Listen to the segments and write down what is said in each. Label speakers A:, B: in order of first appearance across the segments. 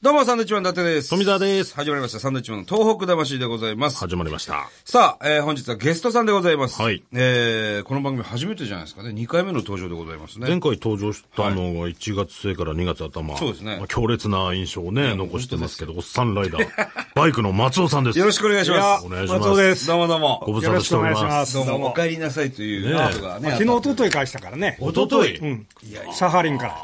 A: どうも、サンドウィッチマン伊達です。
B: 富澤です。
A: 始まりました。サンドウィッチマンの東北魂でございます。
B: 始まりました。
A: さあ、えー本日はゲストさんでございます。
B: はい
A: えーこの番組初めてじゃないですかね。2回目の登場でございますね。
B: 前回登場したのが1月末から2月頭。
A: そうですね
B: まあ強烈な印象をね、残してますけど、おっさんライダー。バイクの松尾さんです。
A: よろしくお願いします。
B: お願いします
C: 松尾です
A: どうもどう
B: ご
A: も。
B: 無沙汰しており
C: よろしくお願
B: ま
C: いし
B: す。
A: どう
C: どう
A: も、
C: も
A: お帰りなさいという
B: ねえ
A: ことがね。
C: 昨日、一昨日返したからね。
B: おととい、
C: サハリンから。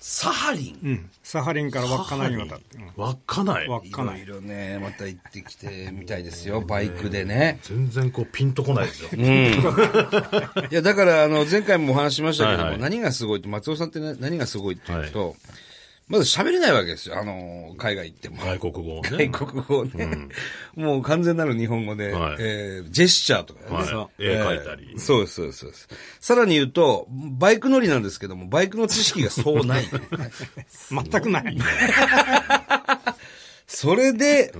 A: サハリン。
C: うん。サハリンから稚内に渡って。うん
B: 稚内。
A: い
C: 稚
A: ろ
C: 内
A: い。ろね、また行ってきてみたいですよ。バイクでね。
B: 全然こうピンとこないですよ。
A: いや、だから、あの、前回もお話ししましたけども、
B: はいはい
A: 何がすごいって、松尾さんってな何がすごいって言うと、まず喋れないわけですよ。あの、海外行っても。
B: 外国語を
A: 外
B: ね。
A: 国語をね、もう完全なる日本語で、
B: はい
A: えージェスチャーとかね。
B: はい
A: そう
B: 絵描いたり
A: えーそうです、そうです、そうです。さらに言うと、バイク乗りなんですけども、バイクの知識がそう ない。
C: 全くない。
A: それで、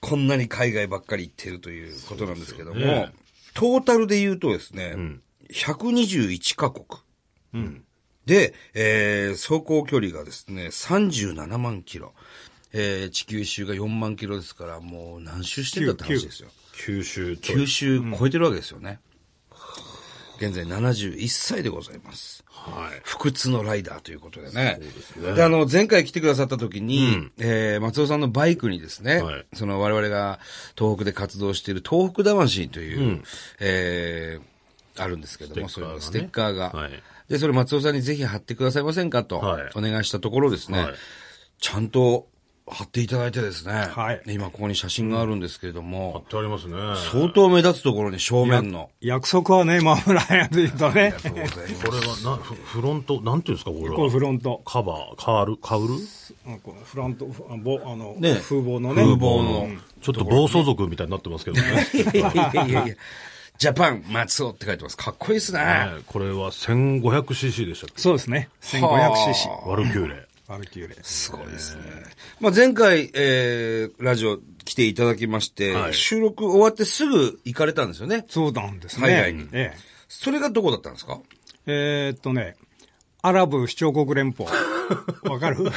A: こんなに海外ばっかり行ってるということなんですけども、
B: そうですよね
A: トータルで言うとですね、121カ国。で、えー走行距離がですね、37万キロ。えー地球一周が4万キロですから、もう何周してんだって話ですよ。
B: 九州ちょい
A: 9周超えてるわけですよね。現在71歳でございます。
B: はい。
A: 不屈のライダーということでね。
B: す
A: であの、前回来てくださった時に、えー松尾さんのバイクにですね、
B: はい
A: その我々が東北で活動している東北魂という、えーあるんですけども、
B: ス
A: そ
B: テ
A: う
B: ッカーが
A: い
B: ね
A: うステッカーが。
B: はい
A: で、それ松尾さんにぜひ貼ってくださいませんかと、
B: はい
A: お願いしたところですね、
B: はい
A: ちゃんと貼っていただいてですね、
C: はい
A: で今ここに写真があるんですけれども、
B: 貼ってありますね。
A: 相当目立つところに正面の。
C: 約束はね、守らないというとね。
B: これはな、フフロント、なんていうんですか、これは。
C: これフロント。
B: カバー、カール、カウル
C: うんこうフロント、ふあぼあの、
A: ね
C: 風貌のね。
A: 風貌の
C: うん
B: ちょっと暴走族みたいになってますけど ね。
A: いやいやいやいや。ジャパン松尾って書いてます。かっこいいですね。
B: ねこれは 1500cc でしたっけ
C: そうですね。
A: は
C: 1500cc。
B: ワルキューレ。
C: バルキューレ。
A: すごいですね。まあ、前回、えー、ラジオ来ていただきまして、
B: はい
A: 収録終わってすぐ行かれたんですよね。
C: そうなんですね。
A: 海外に
C: ええ
A: それがどこだったんですか
C: えーっとね、アラブ首長国連邦。わかる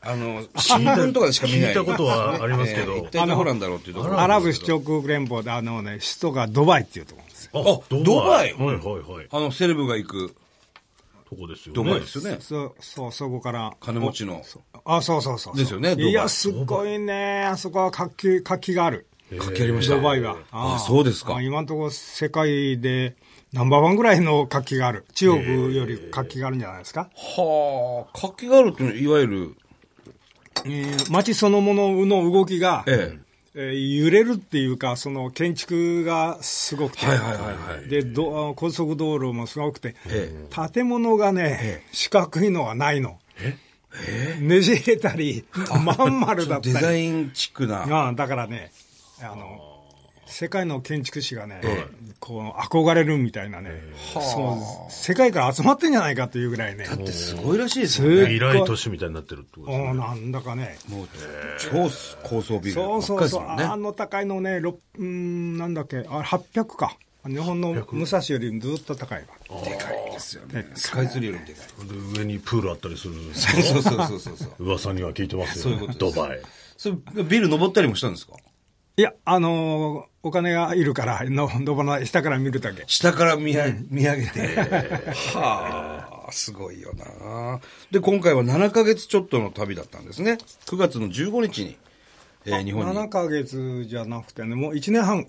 A: あの、新聞とかでしか見ない。
B: 聞いたことはありますけ
A: えー
B: ど
A: 一。体どこなんだろうっていうところ。
C: アラブ首長国連邦で、あのね、首都がドバイっていうところなんですよ。
B: あ
A: ドバイ
B: はいはいはい。
A: あの、セレブが行く、
B: とこですよね。
A: ドバイですよね。
C: そう、そう、そこから。
A: 金持ちの。
C: あ、そうそうそうそう。
A: ですよねドバイ
C: いや、すごいね。あそこは活気、活気がある。
A: 書きありました。
C: ドバイは。
A: あそうですか
C: あ今のところ世界でナンバーワンぐらいの活気がある。中国より活気があるんじゃないですか。
A: はあ、活気があるっていうのは、いわゆる、
C: えー街そのものの動きが、
A: ええ
C: えー揺れるっていうか、その建築がすごくて、
A: はいはいはいはい
C: でど高速道路もすごくて、
A: え
C: 建物がね、四角いのがないの。ねじれたり、まん丸だっ
A: デ
C: たり。
A: ザインチックな。
C: ああだからねあの世界の建築士がね、こう憧れるみたいなね、そう世界から集まってんじゃないかというぐらいね、
A: だってすごいらしいですよ
C: す
A: ね。
C: ごい
B: 未来都市みたいになってるってことです
C: お
B: ね。
C: ーなんだかね、
A: もう、超高層ビルば
C: そう
A: っかり
C: そう
A: です
C: そう、
A: もんね。
C: あの高いのね、ろうーんなんだっけ、あ800か、日本の武蔵よりずっと高いわ、
A: でかいですよね。スカイツリーよりもでかい。
B: で上にプールあったりする。
A: そうそうそうそうそう。
B: 噂には聞いてますよ、ね。
A: そういうことです
B: ドバイ。
A: それビル登ったりもしたんですか
C: いや、あのーお金がいるから、の登らない下から見るだけ、
A: 下から見,、見上げて。はあ、すごいよな。で、今回は7ヶ月ちょっとの旅だったんですね。9月の15日に、えー日本
C: 7
A: に。
C: か月じゃなくてね、もう1年半、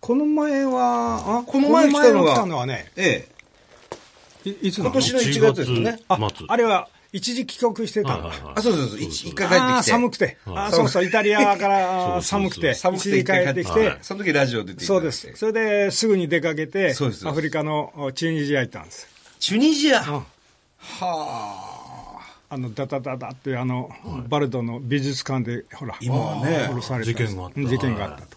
C: この前は、あ
A: この前来たの
C: こ
A: が、
C: 来たのはね、
A: ええ
C: いいつな
A: 今
C: の
A: 年の1月ですね。
C: あ
B: 待つ
C: あれは一時帰国して
B: は
C: た
B: い
C: の。
B: はいはい
A: あ、そうそうそう、一一回帰ってき
C: あ
A: て。
C: あ、寒くて。あ
A: 寒
C: あ、そ
A: く
C: うそう、イタリ
B: そ
C: アか
B: うそう
C: ら寒くて、
A: 寒く
C: 一
A: て
C: 時
A: 一
C: 帰
A: 回
C: って
A: 帰
C: き、
A: ってて。その時ラジオ出ていただいて
C: そうです。それですぐに出かけて
A: そうです、
C: アフリカのチュニジア行ったんです。
A: チュニジア。
C: ん
A: はあ。
C: あの、ダダダダって、あの、バルドの美術館で、ほら、
A: 今はね
C: 殺された
B: 事件があった
C: 事件があったと。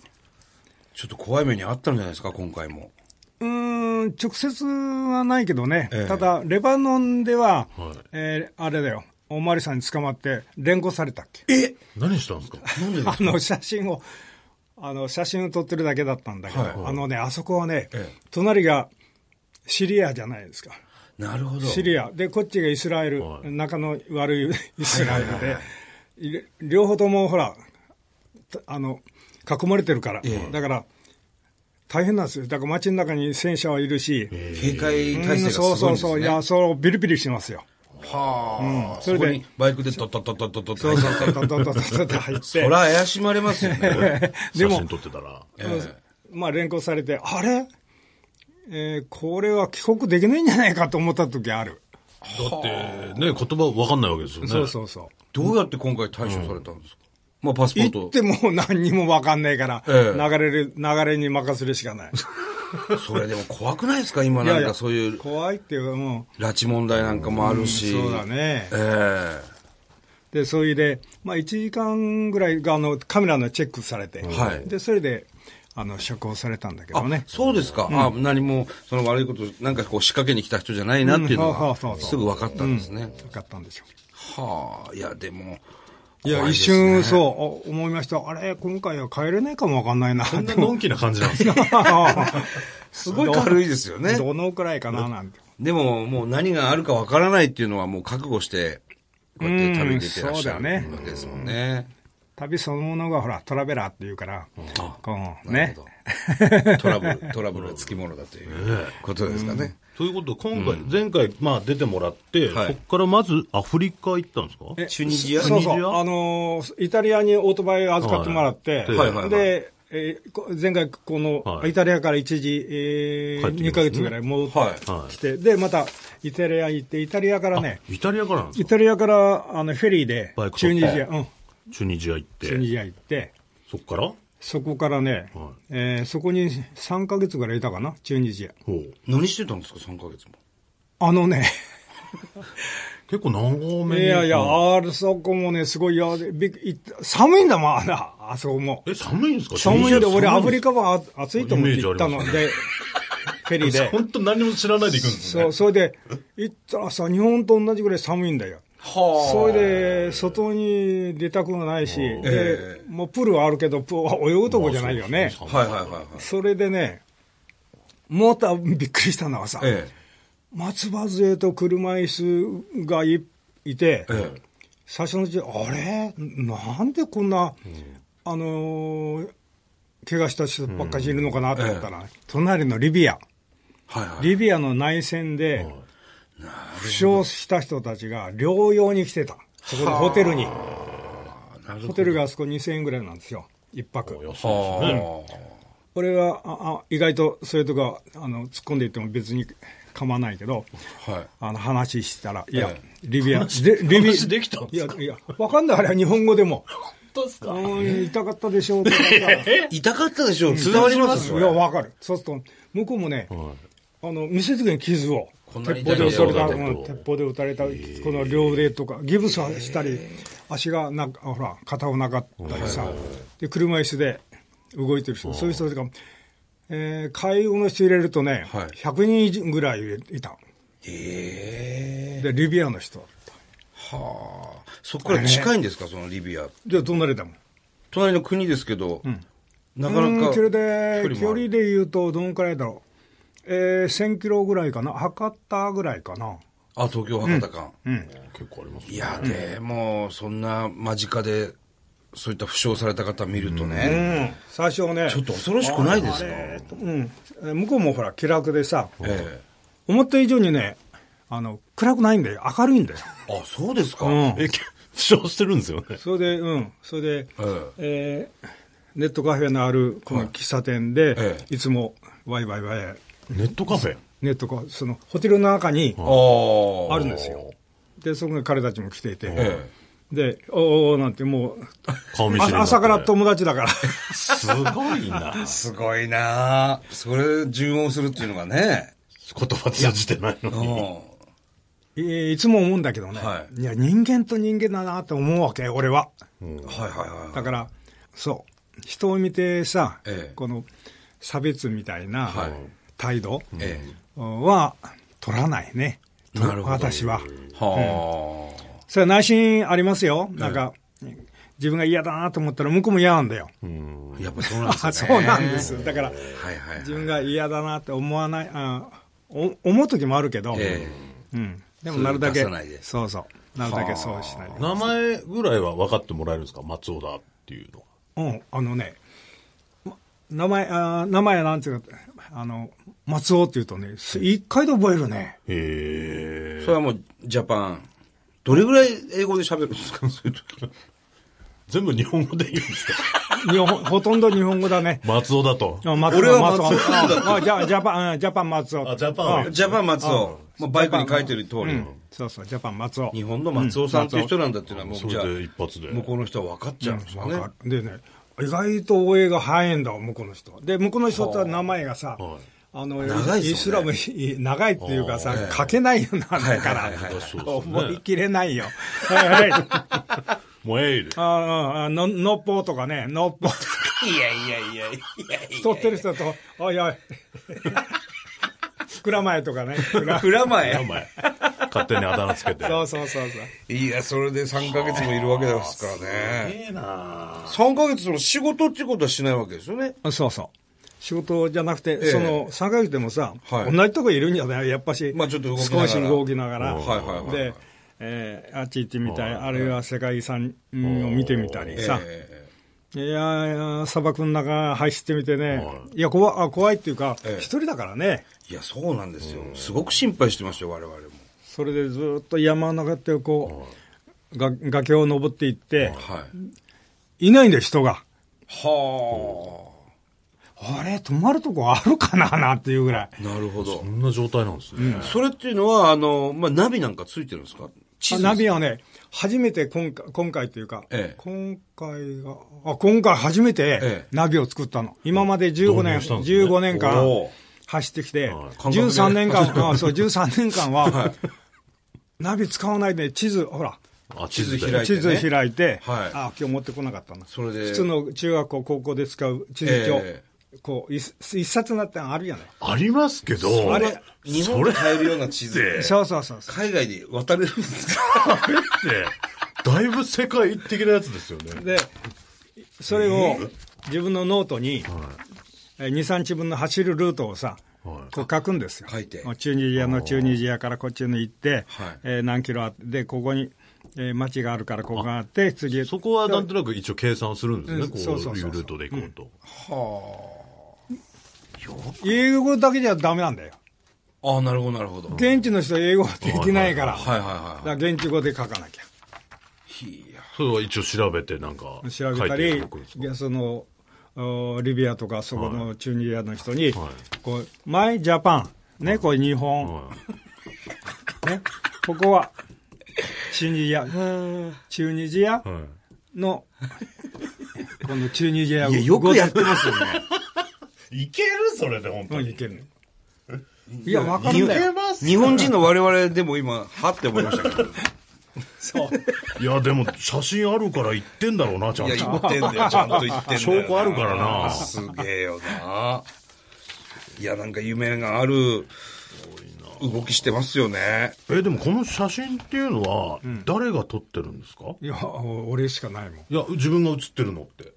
A: ちょっと怖い目にあったんじゃないですか、今回も。
C: うーん、直接はないけどね、
A: ええ
C: ただ、レバノンでは、
B: はい
C: えーあれだよ、おまわりさんに捕まって、連行されたっけ。
B: 何したんですか
A: なんで
C: あの写真を、あの写真を撮ってるだけだったんだけど、
A: はい
C: あのね、あそこはね、
A: ええ
C: 隣がシリアじゃないですか。
A: なるほど。
C: シリア、で、こっちがイスラエル、
B: はい
C: 仲の悪いイスラエルで、い両方ともほら、たあの、囲まれてるから、
A: ええ
C: だから、大変なんですよ。だから街の中に戦車はいるし、
A: 警戒
C: うん
A: 態勢がすごい
C: そ
A: ん
C: う
A: ですね。
C: そうそう、いや、そう、ビリビリしますよ。
A: はあ、
C: うん
A: そ
C: それで
A: こにバイクでトットットットットット
C: そう
A: ッ
C: そうそう、ドンドンドンドンって入っ
A: そら
C: て、
A: 怪しまれますよね。
C: で
B: 写
C: も
B: 真撮ってたら。
A: え
C: まあ連行されて、あれえーこれは帰国できないんじゃないかと思った時ある。
B: だって、ね、言葉わかんないわけですよね。
C: そうそうそう。
A: どうやって今回対処されたんですか、まあパスポー
C: 行
A: ト
C: っ。ても何にも分かんないから、
A: ええ
C: 流れる、流れに任せるしかない。
A: それでも怖くないですか今なんかそういう
C: 怖いっていうか、も
A: 拉致問題なんかもある
C: う
A: し。
C: そうだ。ね
A: え。え
C: で、それで、まあ1時間ぐらいが、あの、カメラのチェックされて、
A: はい
C: で、それで、あの、釈放されたんだけど
A: あ、
C: ね。
A: そうですか。あ何も、その悪いこと、なんかこう仕掛けに来た人じゃないなっていうの
C: うんは
A: が
C: あはあは、あ
A: すぐ分かったんですね。
C: よかったんでしょ
A: はあ、いや、でも、
C: う。いや、
A: 怖
C: 一
A: ですね
C: 瞬、そう、お思いました。あれ、今回は帰れないかも分かんないな、
B: こん なのんきな感じなんですか
A: すごい軽いですよね。
C: どのくらいかな、なんて。
A: でも、もう何があるかわからないっていうのはもう覚悟して、こうやって旅に出てらっしゃ
C: うん
A: る
C: そうだよね
A: わけですもんね。
C: 旅そのものが、ほら、トラベラーっていうから、
A: あ
C: こう、
A: なる
C: ね
A: ほ。ど。 トラブル、トラブルはつきものだということですかね。
B: ということで、今回、前回、まあ出てもらって、
A: はい
B: そこからまずアフリカ行ったんですか
C: え
A: チュニジア
C: そうそ
B: チュニジ
C: う。
B: ア
C: あのー、イタリアにオートバイを預かってもらって、
B: はいはい
A: はいはい
C: で、えーこ前回この、
B: はい
C: イタリアから一時、えー
B: 帰ってきまし
C: 2
B: た
C: ヶ
B: ね
C: 月ぐらい戻って
A: はい
C: きて、で、またイタリア行って、イタリアからね、
B: イタリアからなんです
C: イ
B: か
C: タリアからあのフェリーで
B: バイ、ク
C: チ
B: 取
C: ュ
B: っ
C: ニ
B: て
C: ジア、うん、
B: チュニジア行っ
C: チュニ
B: て。
C: ジア行って、
B: そこから
C: そこからね、
B: はい
C: えーそこに3ヶ月ぐらいいたかな、チュニジア。
B: ほう
A: 何してたんですか、3ヶ月も。
C: あのね、
B: 結構長め
C: い
B: に。
C: やいや、
B: うん
C: あれそこもね、すごい、いやびっくり寒いんだもん、あなあそこも。
B: え、寒いんですか
C: 寒いで、俺、アフリ
B: カ。
C: カはあ暑いと思って行った
B: イ
C: の
B: メージありますね
C: で、フェリーで。
B: 本当何も知らないで行くんですね。
C: そう、それで、行ったらさ、日本と同じぐらい寒いんだよ。
A: は
C: それで、外に出たくもないし、で
A: え、
C: もうプールはあるけど、プールは泳ぐとこじゃないよね。
B: まあ。
A: はいはいはいはい。
C: それでね、もうたびっくりしたのはさ、
A: え
C: 松葉杖と車椅子がいいて、
A: え。ええ。
C: 最初のうち、あれなんでこんな、あのー怪我した人ばっかりいるのかなと思ったら、隣のリビア。
A: はいはい。
C: リビアの内戦で、負傷した人たちが療養に来てた。そこでホテルに。
A: なる
C: ホテルがあそこ2000円ぐらいなんですよ。一泊。
B: そう
A: は
C: 俺は、ああ意外とそういうとこは、あの、突っ込んでいっても別に構わないけど、
A: あ。はい。
C: あの、話したら、いや
A: え、
C: リビア、でリビ
B: 話できたん
C: い
B: で
C: や
B: すか、
C: いや、わかんない、あれは日本語でも。
B: です
C: う
B: か
C: ーん、痛かったでしょうとかさ。
A: 痛かったでしょう伝わります
C: いや、わかる。そうすると、向こうもね、あの、見せつけに傷を。
A: こんなに
C: 鉄
A: 痛
C: 砲
A: いの
C: で撃たれた、
B: そうだね
C: うん鉄砲で撃たれた、この両腕とか、ギブスはしたり、足がなんか、ほら、肩をなかったりさ、で、車椅子で動いてる人、そういう人が、えー介護の人入れるとね、
A: はい
C: 100人ぐらいいた。
A: ええ。
C: で、リビアの人。
A: はあ。そこから近いんですか、そのリビア。
C: で、隣だもん。
A: 隣の国ですけど、な
C: な
A: かなか。
C: 距離で、
A: も
C: 距
A: ある
C: 離で言うと、どのくらいだろう。えー、1000キロぐらいかな。博多ぐらいかな。
A: あ、東京博多間。
C: うん。
B: 結構ありますね
A: いや、でも、そんな間近で、そういった負傷された方見ると
C: う
A: ね、
C: ん、最初はね、
A: ちょっと恐ろしくないですか
C: うん、向こうもほら、気楽でさ、
A: ええ。
C: 思った以上にね、あの暗くないんだよ、明るいんだ よ、
A: あ、そうですか。
C: うん
B: え、主張してるんですよね。
C: それで、うん、それで、
A: ええ
C: えーネットカフェのあるこの喫茶店で、
A: え
C: い、つもワイワイワイワイ、
B: ネットカフェ。
C: ネットカそのホテルの中に
A: ああ。
C: あるんですよ、でそこに彼たちも来ていて、
A: え
C: で、おーおーなんて、もう
B: 顔見知りになって
C: あ朝から友達だから。
B: すごいな。
A: え。すごいなあそれ、順応するっていうのがね。
B: 言葉通じてないの
A: うん。
B: に。
C: いいつも思うんだけどね、、
A: はい
C: や人間と人間だなって思うわけ、俺は。
A: はいはいは
C: だから、そう、人を見てさ、
A: ええ
C: この差別みたいな
A: はい
C: 態度
A: い。え
C: は取らないね、
A: え。なるほど。
C: 私は。
A: はあ。
C: それは内心ありますよ、なんか、自分が嫌だなと思ったら、向こうも嫌なんだよ。
A: やっぱ そうなんですね。
C: あそうなんです、だから、
A: はいはいはい。
C: 自分が嫌だなって思わない、あお思う時もあるけど、
A: え
C: うん、でもなるだけ
A: そういうの出さないで
C: そうそうなるだけそうしないで
B: 名前ぐらいは分かってもらえるんですか松尾だっていうのは。
C: うんあのねま名前あー名前なんていうかあの松尾っていうとねす一回で覚えるね
B: へえ。
A: それはもう、ジャパン。どれぐらい英語で喋るんですかそういう時。
B: 全部日本語で言うんですか
C: 日本 ほとんど日本語だね
B: 松尾だと。
C: あ松尾
A: 俺は松尾
C: 尾ああじゃジャパンうんジャパン松尾
B: あ、ジャパンは。
A: ジャパン松尾。まあ、バイクに書いてる通り、
C: うんそうそうジャパン松尾
A: 日本の松尾さんっていう人なんだっていうのはもう、
B: そ
A: じゃあ、
B: れで一発で。
A: 向こうの人は分かっちゃうんですよね。
C: わかるでね、意外と応援が早いんだ、向こうの人は。で、向こうの人って名前がさ、
B: はい
C: あの、
A: 長いっすよね
C: イスラム、い長いっていうかさ、書けないようなんだから、
A: はいはいはい
B: あそうですね
C: 思い切れないよ。はいはい。
B: もうエイル。
C: あああの、のっぽうとかね、のっぽうとか、
A: いやいやいやいやい
C: 太ってる人と、おいおい。蔵前とかね。蔵
A: や。蔵
B: 名
A: 前。
B: 前。勝手にあだ名つ けて。
C: そうそうそうそう。
A: いや、それで3ヶ月もいるわけですからね。
B: ええな
A: 3ヶ月その仕事っていうことはしないわけですよね。
C: あそうそう。仕事じゃなくて、
A: ええ
C: その3ヶ月でもさ、
A: はい
C: 同じとこいるんじゃないやっぱし、
A: まあちょっと動きなが
C: 少
A: ら
C: し動きながら、
A: はいはいはい
C: で、えーあっち行ってみたい、あるいは世界遺産うんを見てみたりさ、
A: え
C: いやー砂漠の中走ってみてね、、
B: はい
C: や怖あ怖いっていうか、一、
A: ええ
C: 人だからね、
A: えいや、そうなんですよ。すごく心配してましたよ、我々も。
C: それでずーっと山の中ってこう、が崖を登っていって、
A: はい。
C: いないんだよ、人が。
A: は
C: あれ、泊まるとこあるかななっていうぐらい。
A: あ。なるほど
B: こ。んな状態なんですね。
A: それっていうのは、あの、まあ、ナビなんかついてるんですか地図ですか
C: ナビはね、初めて今回、今回というか、
A: ええ
C: 今回が、あ、今回初め
A: え
C: て
A: え
C: ナビを作ったの。今まで15
B: 導
C: 年、
B: 入したんですね
C: 15年間
A: おー
C: 走ってきて、
B: はい
A: 感覚で
C: 13年間、あそう、13年 間は、ナビ使わないで地図、ほら、
B: あ、
A: 地
B: 地
A: 図
B: 図
A: 開い
B: 開
A: て
B: い
A: ね
B: て。
C: 地図開いて、
A: はい
C: あ、今日持ってこなかったな。
A: それで
C: 普通の中学校、高校で使う地図帳、
A: え
C: こう、一一冊なってあるやない。
B: ありますけど。
C: あれ
A: 日本で買えるような地図で、
C: そうそうそうそう。
A: 海外で渡れるんですか
B: って、だいぶ世界的なやつですよね。
C: で、それを自分のノートに、えー2、3日分の走るルートをさ、
B: はい
C: こう書くんですよ。
A: 書いて
C: もうチュニジアのチュニジアからこっちに行って、
A: はい
C: えー何キロあって、で、ここに、えー町があるからここがあって、次へ
B: そこはなんとなく一応計算するんです
C: う
B: ね。
C: ん
B: こ
C: そうそうう
B: い
C: そう
B: う
C: そ
B: ル
C: う
B: ートで行こうと。
C: 英語だけじゃダメなんだよ。
A: ああ、なるほど、なるほど。はい
C: 現地の人は英語できないから、
A: はいはいは
C: だから現地語で書かなきゃ。
A: い。いや
B: それは一応調べてなんか書
C: 調
B: い
C: べた
B: て
C: り
B: いくんですか、
C: その、おリビアとかそこのチュニジアの人に、
B: はい
C: こう、マイジャパン、ね、これ日本、
B: は
C: ね、ここは、チュニジア、チュニジア
B: いは い
C: の、このチュニジア
A: いや、よくやってますよね。
B: いけるそれで本
C: うんいけるのいや、わかるんだよ。
B: ま す
A: 日本人の我々でも今、はって思いましたけど。
C: そう。
B: いや、でも写真あるから行ってんだろうな、ちゃん
A: い
B: と
A: や、。言ってんだよ、ちゃんと言ってんだよ。
B: 証拠あるからな
A: すげえよな。いや、なんか夢がある動きしてますよね。
B: え、でもこの写真っていうのは、誰が撮ってるんですか
C: いや、俺しかないもん。
B: いや、自分が写ってるのって。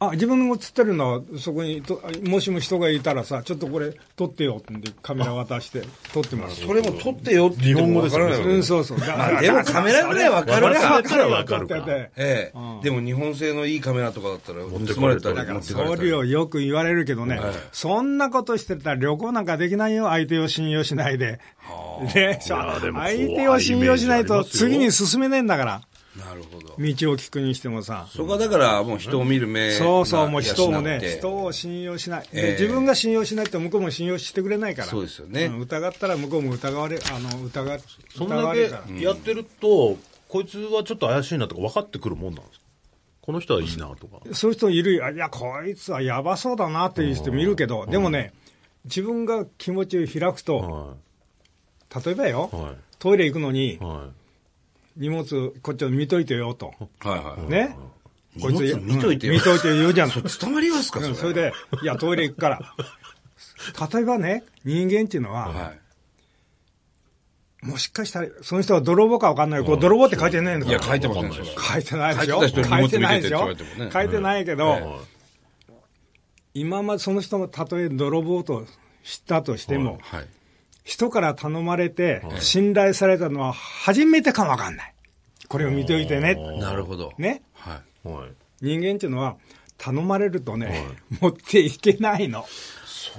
C: あ、自分の映ってるのは、そこにと、もしも人がいたらさ、ちょっとこれ、撮ってよって、カメラ渡して、撮ってもらう。
A: それも撮ってよって言ってもわからないわけ
C: うん、そうそう。だ
A: まあでもカメラぐらいわかる
B: 我々
A: な
B: だったらわかるか
C: だって
B: ら。
A: ええ。でも日本製のいいカメラとかだったら
B: って
A: 盗
B: か
A: ま
B: れ
A: れた
B: たり
A: り
B: だか
A: 持ってか
C: 送
A: れた
C: 料
A: り。
C: よく言われるけどね、そんなことしてたら旅行なんかできないよ、相手を信用しないで。で、そう
B: いやでも
C: 相手を信用しない
B: 怖いイメージありま
C: と
B: すよ
C: 次に進めないんだから、
A: なるほど。
C: 道を聞くにしてもさ。
A: そこはだからもう人を見る目
C: そうそう、もう人を
A: 養っ
C: ね、
A: て
C: 人を信用しない。
A: え
C: で、
A: え
C: 自分が信用しないと向こうも信用してくれないから。
A: そうですよね
C: ん疑ったら向こうも疑われ、あの、疑わ
B: そん
C: 疑
B: だ
C: わ
B: け
C: れるから。
B: やってると、こいつはちょっと怪しいなとか分かってくるもんなんですかこの人はいいなとか。
C: そういう人いるよ、いや、こいつはやばそうだなっていう人もいるけど、でもね、自分が気持ちを開くと、
B: は
C: 例えばよ、
B: い。は
C: トイレ行くのに
B: い。、はい。
C: 荷物、こっちを見といてよと、
A: はいはい。
C: ね、
A: 荷
C: こいつ
A: 物見といてよ
C: うん見といてよじゃん、
A: それ伝わりますか
C: う
A: そ
C: んそ
A: れ
C: れ。で、いや、トイレ行くから、例えばね、人間っていうのは、
A: はい。
C: もしかしたら、その人は泥棒か分かんない、こう泥棒って書いてないんだ
A: い
C: か
A: や、
C: ら、
A: 書いてません、それ。
C: 書いてないでしょ、
A: 書いてた人に荷
C: 書
A: 物
C: いてないで
A: 見てって
C: しょ
A: 言われてもね、
C: 書いてないけ
A: はい
C: ど、今までその人もたとえ泥棒と知ったとしても、
A: はい。
C: 人から頼まれて、信頼されたのは初めてかもわかんない。これを見ておいてね。
A: なるほど。
C: ね。
A: はい。
B: はい。
C: 人間っていうのは、頼まれるとね、持っていけないの。
A: そ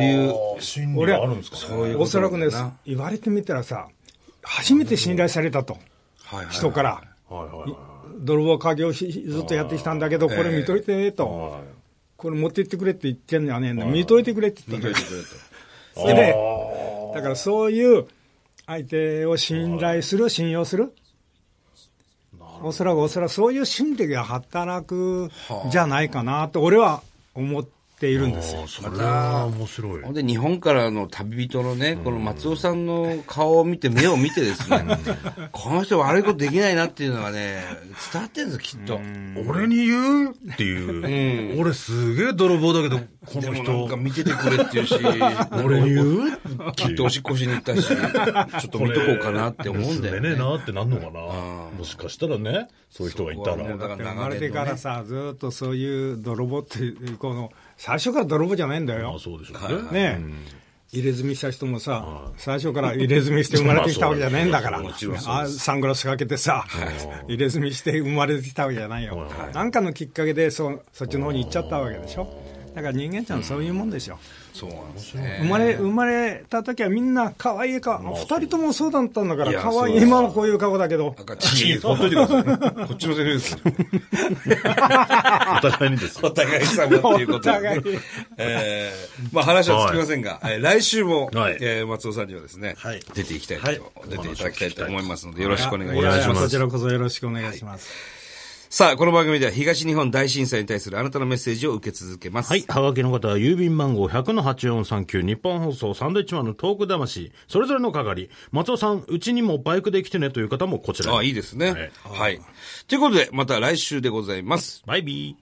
A: ういう、
B: 心理
C: 俺
B: が
C: は
B: あるんですかね。
A: そういう
C: お
A: こ
C: そ
A: と
C: ら
A: な
C: く
A: ん
C: ね
A: だな、
C: 言われてみたらさ、初めて信頼されたと、
A: はいはい。
C: 人から。
B: はいはいは
C: 泥棒家業をひずっとやってきたんだけど、これ見といてねと、これ持って行ってくれって言ってんじゃねえんだ、見といてくれって言
A: 見と
C: った
A: い
C: の
A: てくれと。
B: い。
C: でね
B: あ
C: だからそういう相手を信頼する、信用する、おそらくおそらくそういう心理が働くじゃないかなと、俺は思っているんですよ
B: ー。それは面白い。
A: ほんで、日本からの旅人のね、この松尾さんの顔を見て、目を見てですね、この人悪いことできないなっていうのはね、伝わってるんですよ、きっと。
B: 俺に言うっていう。俺すげえ泥棒だけど、こ
A: でも
B: の
A: なん
B: 人
A: か。見ててくれって いうし、
B: 俺に言う
A: きっとおしっこしに行ったし、 ちょっと見とこうかなって思うんだよ
B: 盗めね
A: ね。
B: えなってなんのかな。もしかしたらね、そういう人がいた
A: そこはもうだ
B: ら。
A: から
C: 生まれて
A: 長
C: か
A: 年の
C: ら
A: ね
C: さ、ずーっとそういう泥棒っていう、この、最初から泥棒じゃないんだ
B: まあ
C: よ。
B: そうでしょ
A: はいう
B: ね。
C: ねえ、入れ墨した人もさ、最初から入れ墨して生まれてきたわけじゃないんだから、
B: ま
A: あそうです
C: あサングラスかけてさ、入れ墨して生まれてきたわけじゃないよ、なんかのきっかけでそそっちの方に行っちゃったわけでしょ、だから人間ってのはそういうもんですよ、
A: そうなんですね。
C: 生まれ生まれた時はみんな可愛いか、二人ともそうだったんだか
A: い
C: ら、
A: や
C: 可愛
A: そう
C: い
A: です
C: 今はこういう顔だけど、
A: 赤チキン、ほっといてください。こっちのセリフです。
B: お互いにですよ。
A: お互い様ということで。
C: お互い
A: えーまあ話はつきませんが、えー来週も、
B: はい
A: えー松尾さんにはですね、
B: はい
A: 出ていきたいと、
B: はい
A: 出ていただきたいと思いますので、よろしくお願いいたし
B: お
A: ま
B: 願
A: す
B: い。します
C: こちらこそよろしくお願いします。
A: さあ、この番組では東日本大震災に対するあなたのメッセージを受け続けます。
B: はい。はがきの方は、郵便番号100-8439、日本放送、サンドイッチマンのトーク魂、それぞれの係、松尾さん、うちにもバイクで来てねという方もこちらに。
A: あ、いいですね。
B: はい
A: はい。ということで、また来週でございます。
B: バイビー。